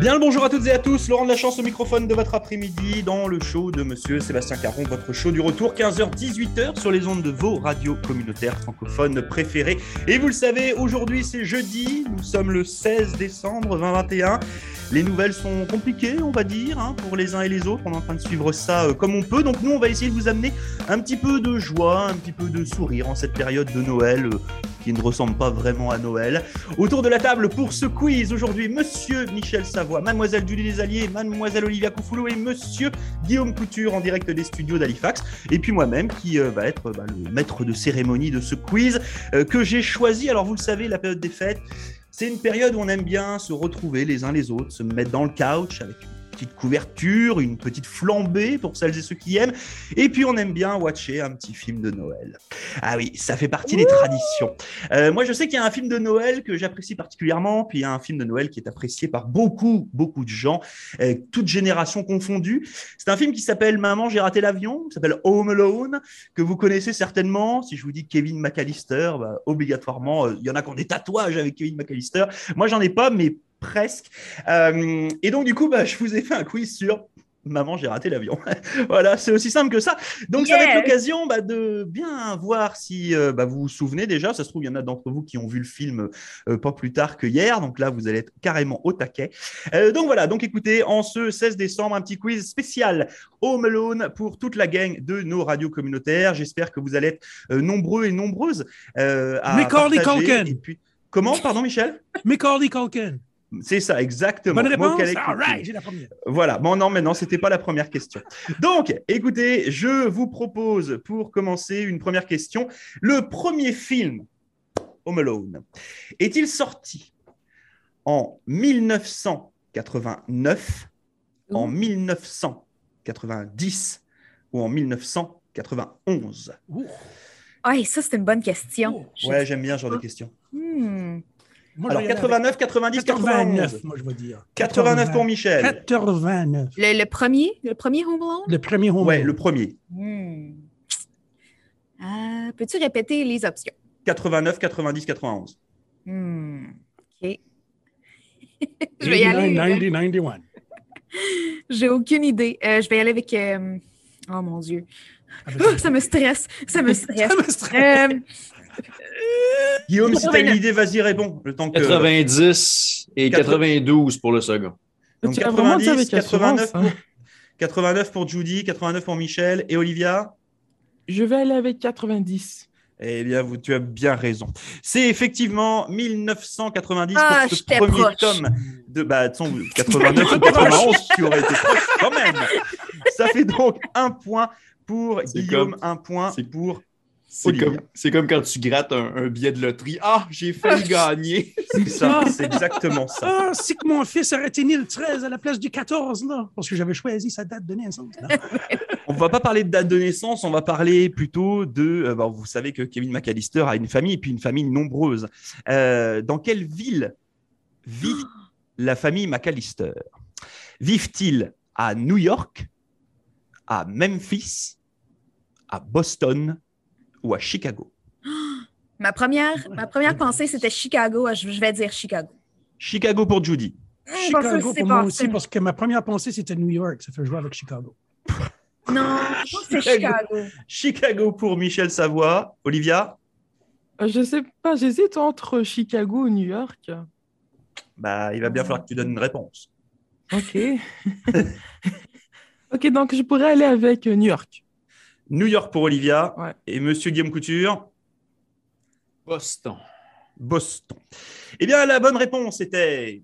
Bien le bonjour à toutes et à tous, Laurent de la Chance au microphone de votre après-midi dans le show de Monsieur Sébastien Caron, votre show du retour 15h-18h sur les ondes de vos radios communautaires francophones préférées. Et vous le savez, aujourd'hui c'est jeudi, nous sommes le 16 décembre 2021. Les nouvelles sont compliquées, on va dire, hein, pour les uns et les autres. On est en train de suivre ça euh, comme on peut. Donc nous, on va essayer de vous amener un petit peu de joie, un petit peu de sourire en cette période de Noël euh, qui ne ressemble pas vraiment à Noël. Autour de la table pour ce quiz aujourd'hui, Monsieur Michel Savoie, Mademoiselle Julie Desalliés, Mademoiselle Olivia Coufoulou et Monsieur Guillaume Couture en direct des studios d'Halifax. Et puis moi-même qui euh, va être euh, bah, le maître de cérémonie de ce quiz euh, que j'ai choisi. Alors vous le savez, la période des fêtes, c'est une période où on aime bien se retrouver les uns les autres, se mettre dans le couch avec une petite couverture, une petite flambée pour celles et ceux qui aiment. Et puis on aime bien watcher un petit film de Noël. Ah oui, ça fait partie des traditions. Euh, moi, je sais qu'il y a un film de Noël que j'apprécie particulièrement, puis il y a un film de Noël qui est apprécié par beaucoup, beaucoup de gens, euh, toutes générations confondues. C'est un film qui s'appelle Maman, j'ai raté l'avion, qui s'appelle Home Alone, que vous connaissez certainement. Si je vous dis Kevin McAllister, bah, obligatoirement, euh, il y en a qui ont des tatouages avec Kevin McAllister. Moi, j'en ai pas, mais presque. Euh, et donc, du coup, bah, je vous ai fait un quiz sur Maman, j'ai raté l'avion. voilà, c'est aussi simple que ça. Donc, ça va Yeah. être l'occasion bah, de bien voir si euh, bah, vous vous souvenez déjà. Ça se trouve, il y en a d'entre vous qui ont vu le film euh, pas plus tard que hier. Donc là, vous allez être carrément au taquet. Euh, donc voilà, donc écoutez, en ce 16 décembre, un petit quiz spécial Home Alone pour toute la gang de nos radios communautaires. J'espère que vous allez être euh, nombreux et nombreuses euh, à Macaulay partager. Culkin. Et puis, comment, pardon, Michel Macaulay Culkin. C'est ça, exactement. Bonne réponse. Macaulay All Culkin. right, j'ai la première. Voilà, bon, non, mais non, c'était pas la première question. Donc, écoutez, je vous propose pour commencer une première question. Le premier film, Home Alone, est-il sorti en 1989, en 1990 ou en 1991 Ouh. Ouais, Ah, ça, c'est une bonne question. Ouh. Ouais, j'aime bien ce genre de questions. Hmm. Moi, je Alors, vais y aller 89, 90, avec 91. 89, moi, je vais dire. 89 pour Michel. 89. Le, le premier, le premier Home Alone? Le premier home. Ouais, le premier. Hmm. Ah, Peux-tu répéter les options? 89, 90, 91. Hmm. OK. je vais y aller. 89, euh, 90, 91. J'ai aucune idée. Euh, je vais y aller avec... euh, Oh mon Dieu. Ah, ben, Oh, ça me stresse. Ça me stresse. ça me stresse. Euh, Guillaume, si t'as 89. une idée, vas-y, réponds. Le Euh, temps que... 90 et 92 pour le second. Donc Tu vas vraiment dire 90, avec 89 assurance, pour, hein. 89 pour Judy, 89 pour Michel et Olivia. Je vais aller avec 90. Eh bien, vous, tu as bien raison. C'est effectivement 1990 Ah, pour ce j'étais premier proche. tome de bah, de son- 89 ou 91, tu aurais été proche quand même. Ça fait donc un point pour C'est Guillaume, comme- un point c'est- pour. C'est Olivier. comme, c'est comme quand tu grattes un, un billet de loterie. Ah, j'ai failli gagner. C'est ça, c'est exactement ça. Ah, si que mon fils aurait été né le 13 à la place du 14, là, parce que j'avais choisi sa date de naissance. Non. On va pas parler de date de naissance, on va parler plutôt de. euh, bah, vous savez que Kevin McAllister a une famille, et puis une famille nombreuse. Euh, dans quelle ville vit la famille McAllister Vivent-ils à New York, à Memphis, à Boston ou à Chicago ma, première, ma première pensée, c'était Chicago. Ah, Je je vais dire Chicago. Chicago pour Judy. Je pense que Chicago c'est pour moi pas- aussi, parce que ma première pensée, c'était New York. Ça fait jouer avec Chicago. Non, je pense que c'est Chicago. Chicago pour Michel Savoie. Olivia Euh, Je sais pas, j'hésite entre Chicago ou New York. bah, Il va bien falloir que tu donnes une réponse. Ok. ok, donc je pourrais aller avec euh, New York. New York pour Olivia. Ouais. Et monsieur Guillaume Couture Boston. Boston. Eh bien, la bonne réponse était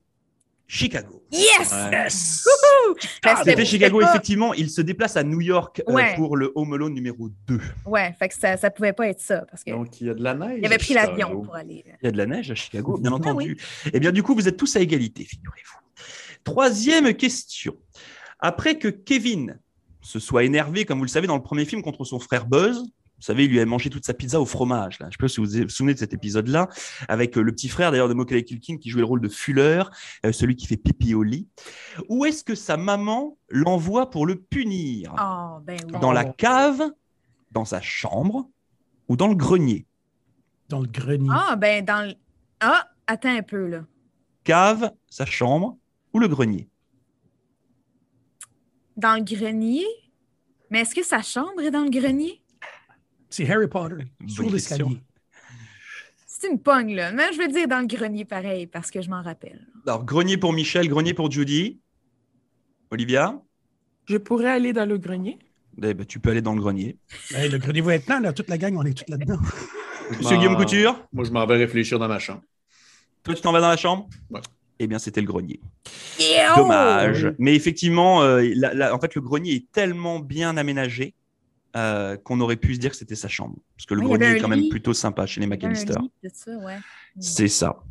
Chicago. Yes! Ouais. Parce que Ah, C'était Chicago, Ah, c'était pas- effectivement. Il se déplace à New York euh, Ouais. pour le Home Alone numéro 2. Ouais, fait que ça, ça pouvait pas être ça parce que Donc, il y a de la neige. il avait pris à l'avion Chicago. pour aller. là. Il y a de la neige à Chicago, bien Ah entendu. Eh bien, du coup, vous êtes tous à égalité, figurez-vous. Troisième question. Après que Kevin se soit énervé, comme vous le savez, dans le premier film contre son frère Buzz, vous savez, il lui avait mangé toute sa pizza au fromage. Là. Je ne sais pas si vous vous souvenez de cet épisode-là, avec euh, le petit frère d'ailleurs de Macaulay Culkin qui jouait le rôle de Fuller, euh, celui qui fait pipi au lit. Où est-ce que sa maman l'envoie pour le punir Oh, ben oui. Dans la cave, dans sa chambre ou dans le grenier Dans le grenier. Ah, ben dans le. Ah, attends un peu, là. cave, sa chambre ou le grenier? Dans le grenier? Mais est-ce que sa chambre est dans le grenier? C'est Harry Potter, sur Bonne l'escalier. C'est une pogne, là. Mais je veux dire dans le grenier pareil, parce que je m'en rappelle. Alors, grenier pour Michel, grenier pour Judy. Olivia, Je pourrais aller dans le grenier. Eh ben, tu peux aller dans le grenier. Hey, le grenier va être là, là, toute la gang, on est toute là-dedans. Monsieur Guillaume Couture? Moi, je m'en vais réfléchir dans ma chambre. Toi, tu t'en vas dans la chambre Ouais. Eh bien, c'était le grenier. Yeah, oh! Dommage. Mais effectivement, euh, la- la- en fait, le grenier est tellement bien aménagé euh, qu'on aurait pu se dire que c'était sa chambre. Parce que le Ouais, il y grenier avait est un quand lit. même plutôt sympa chez les Il y a un McAllister. lit, tout ça, ouais. C'est ça.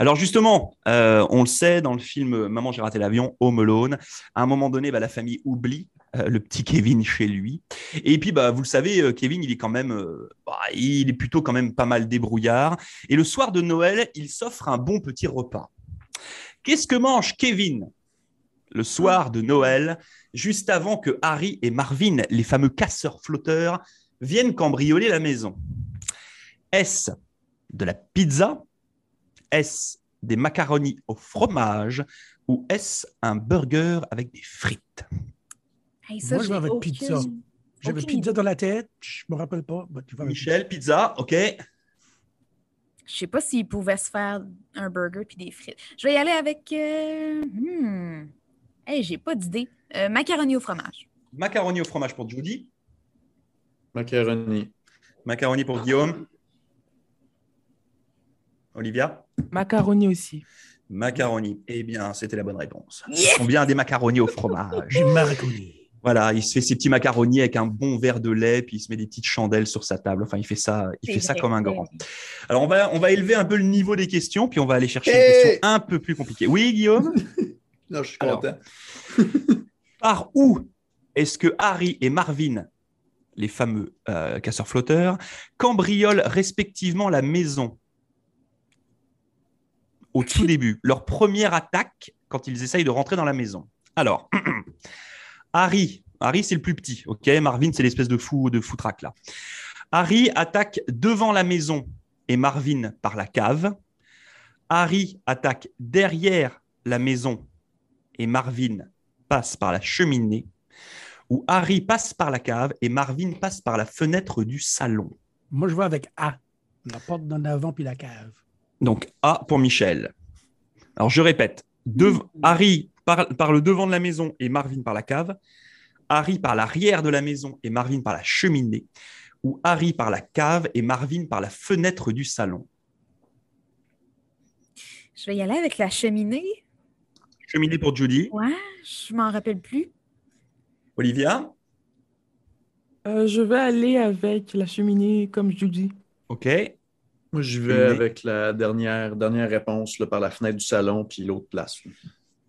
Alors justement, euh, on le sait dans le film Maman j'ai raté l'avion, Home Alone, à un moment donné, bah, la famille oublie euh, le petit Kevin chez lui. Et puis, bah, vous le savez, euh, Kevin, il est quand même, euh, bah, il est plutôt quand même pas mal débrouillard. Et le soir de Noël, il s'offre un bon petit repas. Qu'est-ce que mange Kevin le soir de Noël, juste avant que Harry et Marvin, les fameux casseurs flotteurs, viennent cambrioler la maison Est-ce de la pizza Est-ce des macaronis au fromage ou est-ce un burger avec des frites Hey, ça, Moi, je vais j'ai avec aucune- pizza. J'avais aucune pizza dans la tête, je me rappelle pas. bah, tu vas avec- Michel, pizza, ok. Je sais pas s'il pouvait se faire un burger puis des frites. Je vais y aller avec. euh, hmm. Hey, j'ai pas d'idée. Euh, macaroni au fromage. Macaroni au fromage pour Judy. Macaroni. Macaroni pour Guillaume. Olivia Macaroni aussi. Macaroni. Eh bien, c'était la bonne réponse. Yeah! Ce sont bien des macaronis au fromage. J'ai maraconi. Voilà, il se fait ses petits macaronis avec un bon verre de lait, puis il se met des petites chandelles sur sa table. Enfin, il fait ça, il C'est fait ça vrai, comme un oui, grand. oui. Alors, on va, on va élever un peu le niveau des questions, puis on va aller chercher Hey une question un peu plus compliquée. Oui, Guillaume Non, je suis Alors. content. Par où est-ce que Harry et Marvin, les fameux euh, casseurs-flotteurs, cambriolent respectivement la maison au tout début, leur première attaque quand ils essayent de rentrer dans la maison Alors, Harry, Harry c'est le plus petit, ok Marvin c'est l'espèce de fou de foutraque là. Harry attaque devant la maison et Marvin par la cave. Harry attaque derrière la maison et Marvin passe par la cheminée, où Harry passe par la cave et Marvin passe par la fenêtre du salon. Moi, je vais avec A, la porte d'en avant puis la cave. Donc A pour Michel. Alors je répète, dev- Harry par, par le devant de la maison et Marvin par la cave, Harry par l'arrière de la maison et Marvin par la cheminée, ou Harry par la cave et Marvin par la fenêtre du salon. Je vais y aller avec la cheminée. Cheminée pour Judy. Ouais, je m'en rappelle plus. Olivia Euh, je vais aller avec la cheminée, comme je dis. Ok. Eh Moi, j'y vais Mais- avec la dernière, dernière réponse là, par la fenêtre du salon, puis l'autre place. là.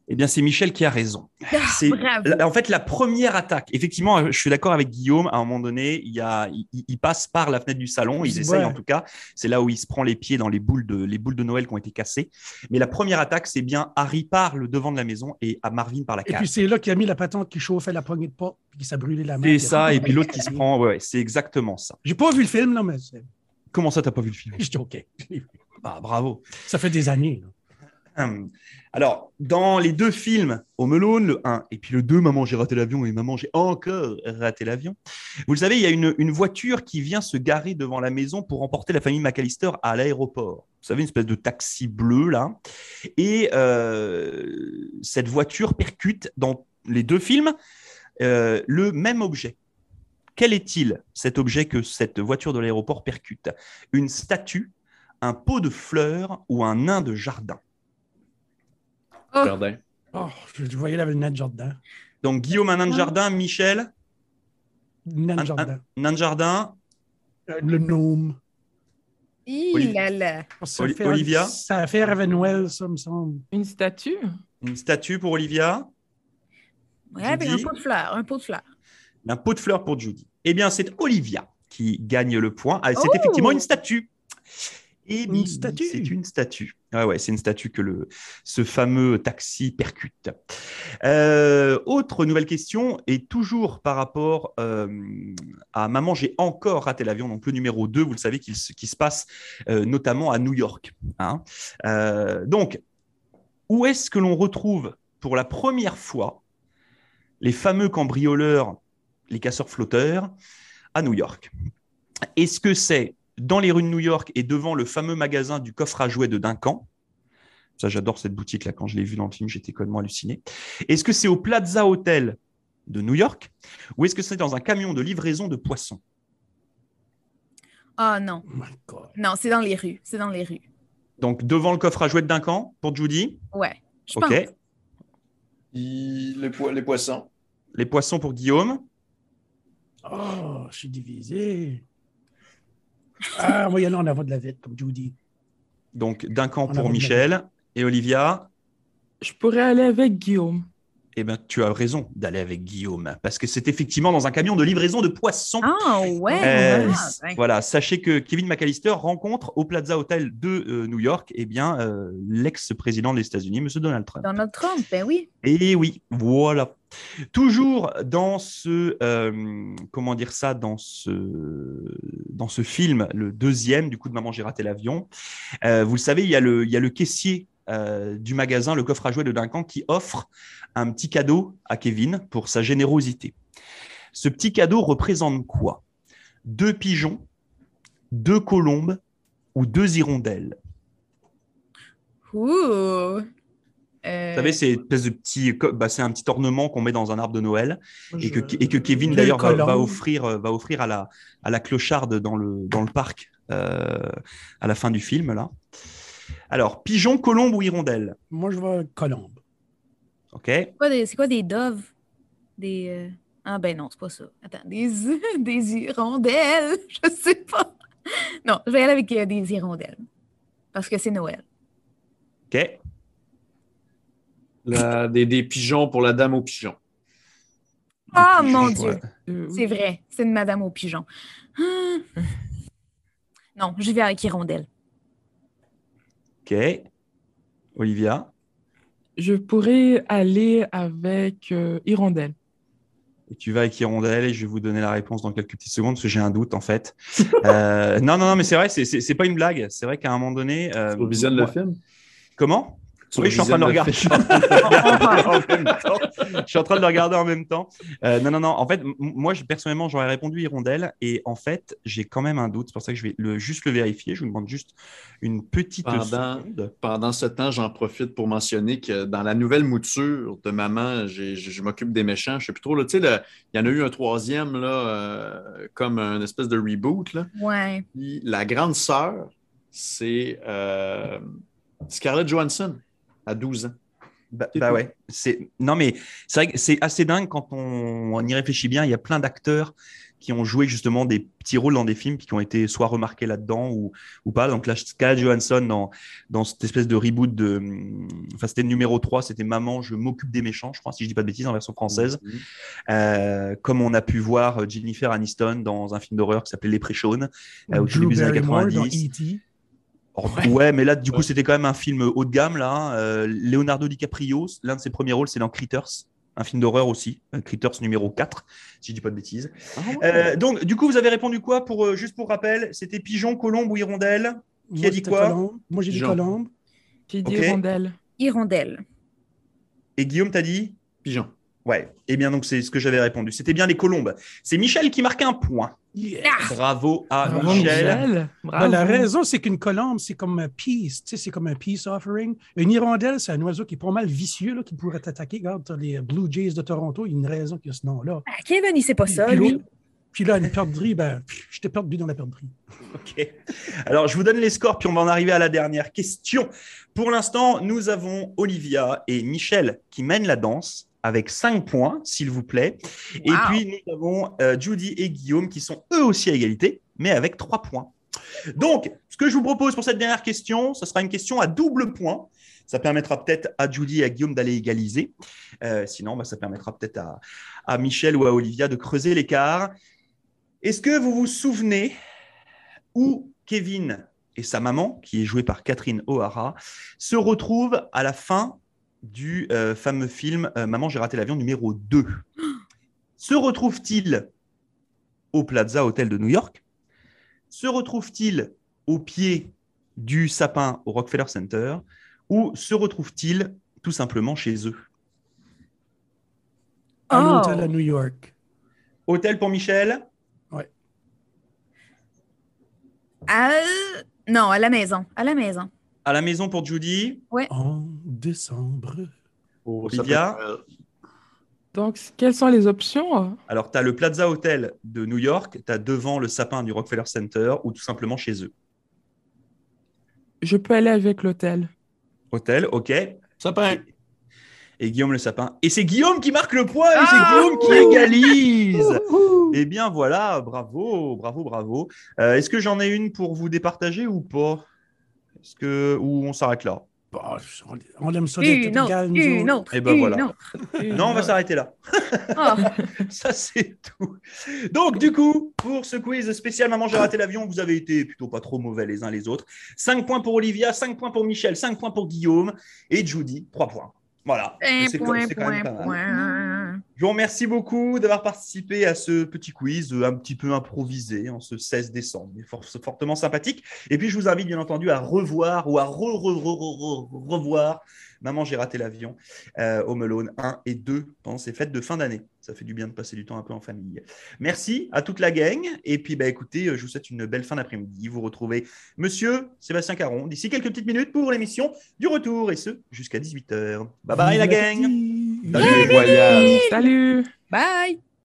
Eh bien, c'est Michel qui a raison. C'est Ah, bravo. la- en fait la première attaque. Effectivement, euh, je suis d'accord avec Guillaume. À un moment donné, il, y a, il, il- il passe par la fenêtre du salon. Ils Ouais. essayent en tout cas. C'est là où il se prend les pieds dans les boules de les boules de Noël qui ont été cassées. Mais la première attaque, c'est bien Harry par le devant de la maison et à Marvin par la Et cave. puis, c'est là qu'il a mis la patente qui chauffait la poignée de porte puis qui s'est brûlé la main. C'est puis ça. après, Et puis l'autre qui se prend. Ouais, ouais, c'est exactement ça. J'ai pas vu le film, là, mais c'est- Comment ça, t'as pas vu le film j'étais OK. Ah, bravo. Ça fait des années. là. Hum. Alors, dans les deux films, Home Alone, le 1, et puis le 2, Maman, j'ai raté l'avion, et Maman, j'ai encore raté l'avion, vous le savez, il y a une, une voiture qui vient se garer devant la maison pour emporter la famille McAllister à l'aéroport. Vous savez, une espèce de taxi bleu, là. Et euh, cette voiture percute dans les deux films euh, le même objet. Quel est-il, cet objet que cette voiture de l'aéroport percute Une statue, un pot de fleurs ou un nain de jardin Oh. Jardin. Oh, je, je voyais la naine Jordan. Donc Guillaume, un nain de jardin, Michel, Naine Un- Jordan. nain de jardin, Euh, Le gnome. Oh, Il a la. Ça Oli- fait- Olivia? Ça a fait avec Noël, ça, me semble. Une statue une statue pour Olivia, Ouais, Judy? avec un pot de fleurs. Un pot de fleurs. un pot de fleurs pour Judy. Eh bien, c'est Olivia qui gagne le point. Ah, c'est Oh effectivement une statue. Et Une oui, statue. C'est une statue. Ah Ouais, ouais, c'est une statue que le, ce fameux taxi percute. Euh, autre nouvelle question, et toujours par rapport euh, à Maman, j'ai encore raté l'avion, donc le numéro 2, vous le savez, qu'il se- qui se passe euh, notamment à New York. hein. Euh, donc, où est-ce que l'on retrouve pour la première fois les fameux cambrioleurs, les casseurs-flotteurs, à New York. Est-ce que c'est dans les rues de New York et devant le fameux magasin du coffre à jouets de Duncan Ça, j'adore cette boutique-là. Quand je l'ai vue dans le film, j'étais complètement halluciné. Est-ce que c'est au Plaza Hotel de New York ou est-ce que c'est dans un camion de livraison de poissons Ah non. Oh my God. Non, c'est dans les rues. C'est dans les rues. Donc, devant le coffre à jouets de Duncan pour Judy, Ouais. Je Ok. pense. Il- le po- les poissons. les poissons pour Guillaume. Oh, je suis divisé. Ah, on va y aller en avant de la vite, comme Judy. Donc, Duncan On a pour remis. Michel et Olivia. Je pourrais aller avec Guillaume. Eh bien, tu as raison d'aller avec Guillaume, parce que c'est effectivement dans un camion de livraison de poissons. Ah ouais. Euh, ah, s- ben, Voilà, sachez que Kevin McAllister rencontre au Plaza Hotel de euh, New York eh bien, euh, l'ex-président des États-Unis, M. Donald Trump. Donald Trump, ben oui. Et Eh oui, voilà. Toujours dans ce, euh, comment dire ça, dans ce, dans ce film, le deuxième, du coup de Maman, j'ai raté l'avion, euh, vous le savez, il y a le, il y a le caissier euh, du magasin, le coffre à jouets de Duncan, qui offre un petit cadeau à Kevin pour sa générosité. Ce petit cadeau représente quoi Deux pigeons, deux colombes ou deux hirondelles Ouh. Vous Euh, savez, c'est une espèce de petit, co- bah, c'est un petit ornement qu'on met dans un arbre de Noël. Moi, et que, je- et que Kevin Deux d'ailleurs va, va colombes. offrir euh, va offrir à la à la clocharde dans le dans le parc euh, à la fin du film là. Alors pigeon, colombe ou hirondelle, Moi, je vais Colombe. ok c'est quoi des- c'est quoi des doves? Des. euh, Ah ben non, c'est pas ça. Attends, des, des hirondelles. Je sais pas. Non, je vais aller avec euh, des hirondelles. Parce que c'est Noël. ok. La- des, des pigeons pour la dame aux pigeons. Oh pigeons, mon ouais. Dieu. Euh, oui. C'est vrai. C'est une madame aux pigeons. Ah. Non, j'y vais avec hirondelle. Ok. Olivia Je pourrais aller avec euh, Hirondelle. et tu vas avec hirondelle et je vais vous donner la réponse dans quelques petites secondes parce que j'ai un doute en fait. Euh, non non non mais c'est vrai c'est- c'est c'est pas une blague c'est vrai qu'à un moment donné. euh, Tu revisionnes le ouais. film? Comment Tu Oui, je suis en train de revisionnes regarder. Je le film? suis en train de regarder en même temps. Je suis en train de le regarder en même temps. Euh, non, non, non. En fait, m- moi, je- personnellement, j'aurais répondu hirondelle. Et en fait, j'ai quand même un doute. C'est pour ça que je vais le, juste le vérifier. Je vous demande juste une petite Pendant- seconde. Pendant ce temps, j'en profite pour mentionner que dans la nouvelle mouture de Maman, j'ai- j'ai- je m'occupe des méchants. Je sais plus trop. là, Tu sais, le- il y en a eu un troisième, là, euh, comme un espèce de reboot. Là. Ouais. Puis la grande sœur, c'est euh, Scarlett Johansson, à 12 ans. Bah, C'est bah tout. ouais. C'est non, mais c'est vrai que c'est assez dingue quand on, on y réfléchit bien. Il y a plein d'acteurs qui ont joué justement des petits rôles dans des films puis qui ont été soit remarqués là-dedans ou, ou pas. Donc là, Scarlett Johansson dans, dans cette espèce de reboot de, hum, enfin c'était le numéro 3, c'était Maman, je m'occupe des méchants, je crois, si je dis pas de bêtises, en version française. Mhm. Euh, comme on a pu voir Jennifer Aniston dans un film d'horreur qui s'appelait Les Préchaunes. Euh, au début Drew des années Barrymore dans E 90. E.T. Oh, ouais. mais là, du coup, c'était quand même un film haut de gamme. Là, Euh, Leonardo DiCaprio, l'un de ses premiers rôles, c'est dans Critters, un film d'horreur aussi, euh, Critters numéro 4, si je dis pas de bêtises. Ah Euh, donc, du coup, vous avez répondu quoi pour euh, juste pour rappel C'était pigeon, colombe ou hirondelle Moi, a dit c'était quoi? Colombe. Moi, j'ai dit Jean. Colombe. Qui dit Ok. Hirondelle. Hirondelle. Et Guillaume, t'as dit Pigeon. Ouais. Eh bien, donc c'est ce que j'avais répondu. C'était bien les colombes. C'est Michel qui marque un point. Yeah. Ah! Bravo à Bravo, Ah, Michel. Michel. Ben, Bravo. la raison, c'est qu'une colombe, c'est comme un peace, tu sais, c'est comme un peace offering. Une hirondelle, c'est un oiseau qui est pas mal vicieux, là, qui pourrait t'attaquer. Regarde, t'as les Blue Jays de Toronto, il y a une raison qu'il y a ce nom-là. Ah, Kevin, il sait pas Puis- ça, puis lui. l'autre- Puis là, une perdrix, ben, pff, je t'ai perdu dans la perdrix. Ok. Alors, je vous donne les scores, puis on va en arriver à la dernière question. Pour l'instant, nous avons Olivia et Michel qui mènent la danse avec 5 points, s'il vous plaît. Et Wow. puis, nous avons euh, Judy et Guillaume qui sont eux aussi à égalité, mais avec 3 points. Donc, ce que je vous propose pour cette dernière question, ce sera une question à double point. Ça permettra peut-être à Judy et à Guillaume d'aller égaliser. Euh, sinon, bah, ça permettra peut-être à, à Michel ou à Olivia de creuser l'écart. Est-ce que vous vous souvenez où Kevin et sa maman, qui est jouée par Catherine O'Hara, se retrouvent à la fin du euh, fameux film euh, Maman, j'ai raté l'avion numéro 2. Se retrouvent-ils au Plaza Hotel de New York Se retrouvent-ils au pied du sapin au Rockefeller Center Ou se retrouvent-ils tout simplement chez eux Un Oh. hôtel à New York. Hôtel pour Michel À... Non, à la maison. À la maison. À la maison pour Judy En décembre. Pour Olivia? euh, Donc, c- quelles sont les options? Alors, tu as le Plaza Hotel de New York, tu as devant le sapin du Rockefeller Center ou tout simplement chez eux. Je peux aller avec l'hôtel. Hôtel, ok. Ça peut être- Et Guillaume le sapin. Et c'est Guillaume qui marque le point et Ah, c'est Guillaume qui égalise Eh bien voilà, bravo, bravo, bravo. Euh, Est-ce que j'en ai une pour vous départager ou pas Est-ce que... Ou on s'arrête là Bah, on- on aime ça d'être Une autre, égal, nous une autres. autre, Eh ben une voilà. autre. Non, on va s'arrêter là. Ah, Ça, c'est tout. Donc, du coup, pour ce quiz spécial Maman, j'ai raté l'avion, vous avez été plutôt pas trop mauvais les uns les autres. 5 points pour Olivia, 5 points pour Michel, 5 points pour Guillaume et Judy, 3 points. Voilà. un C'est quand- point, c'est quand même point, pas mal. point. Je vous remercie beaucoup d'avoir participé à ce petit quiz euh, un petit peu improvisé en ce 16 décembre, mais fort- fortement sympathique. Et puis, je vous invite bien entendu à revoir ou à re, re- re- re- re- revoir Maman, j'ai raté l'avion euh, Home Alone 1 et 2 pendant ces fêtes de fin d'année. Ça fait du bien de passer du temps un peu en famille. Merci à toute la gang. Et puis, bah, écoutez, euh, je vous souhaite une belle fin d'après-midi. Vous retrouvez Monsieur Sébastien Caron d'ici quelques petites minutes pour l'émission du retour et ce jusqu'à 18h. Bye bye la gang. Vive Salut, voyage. Salut! Bye.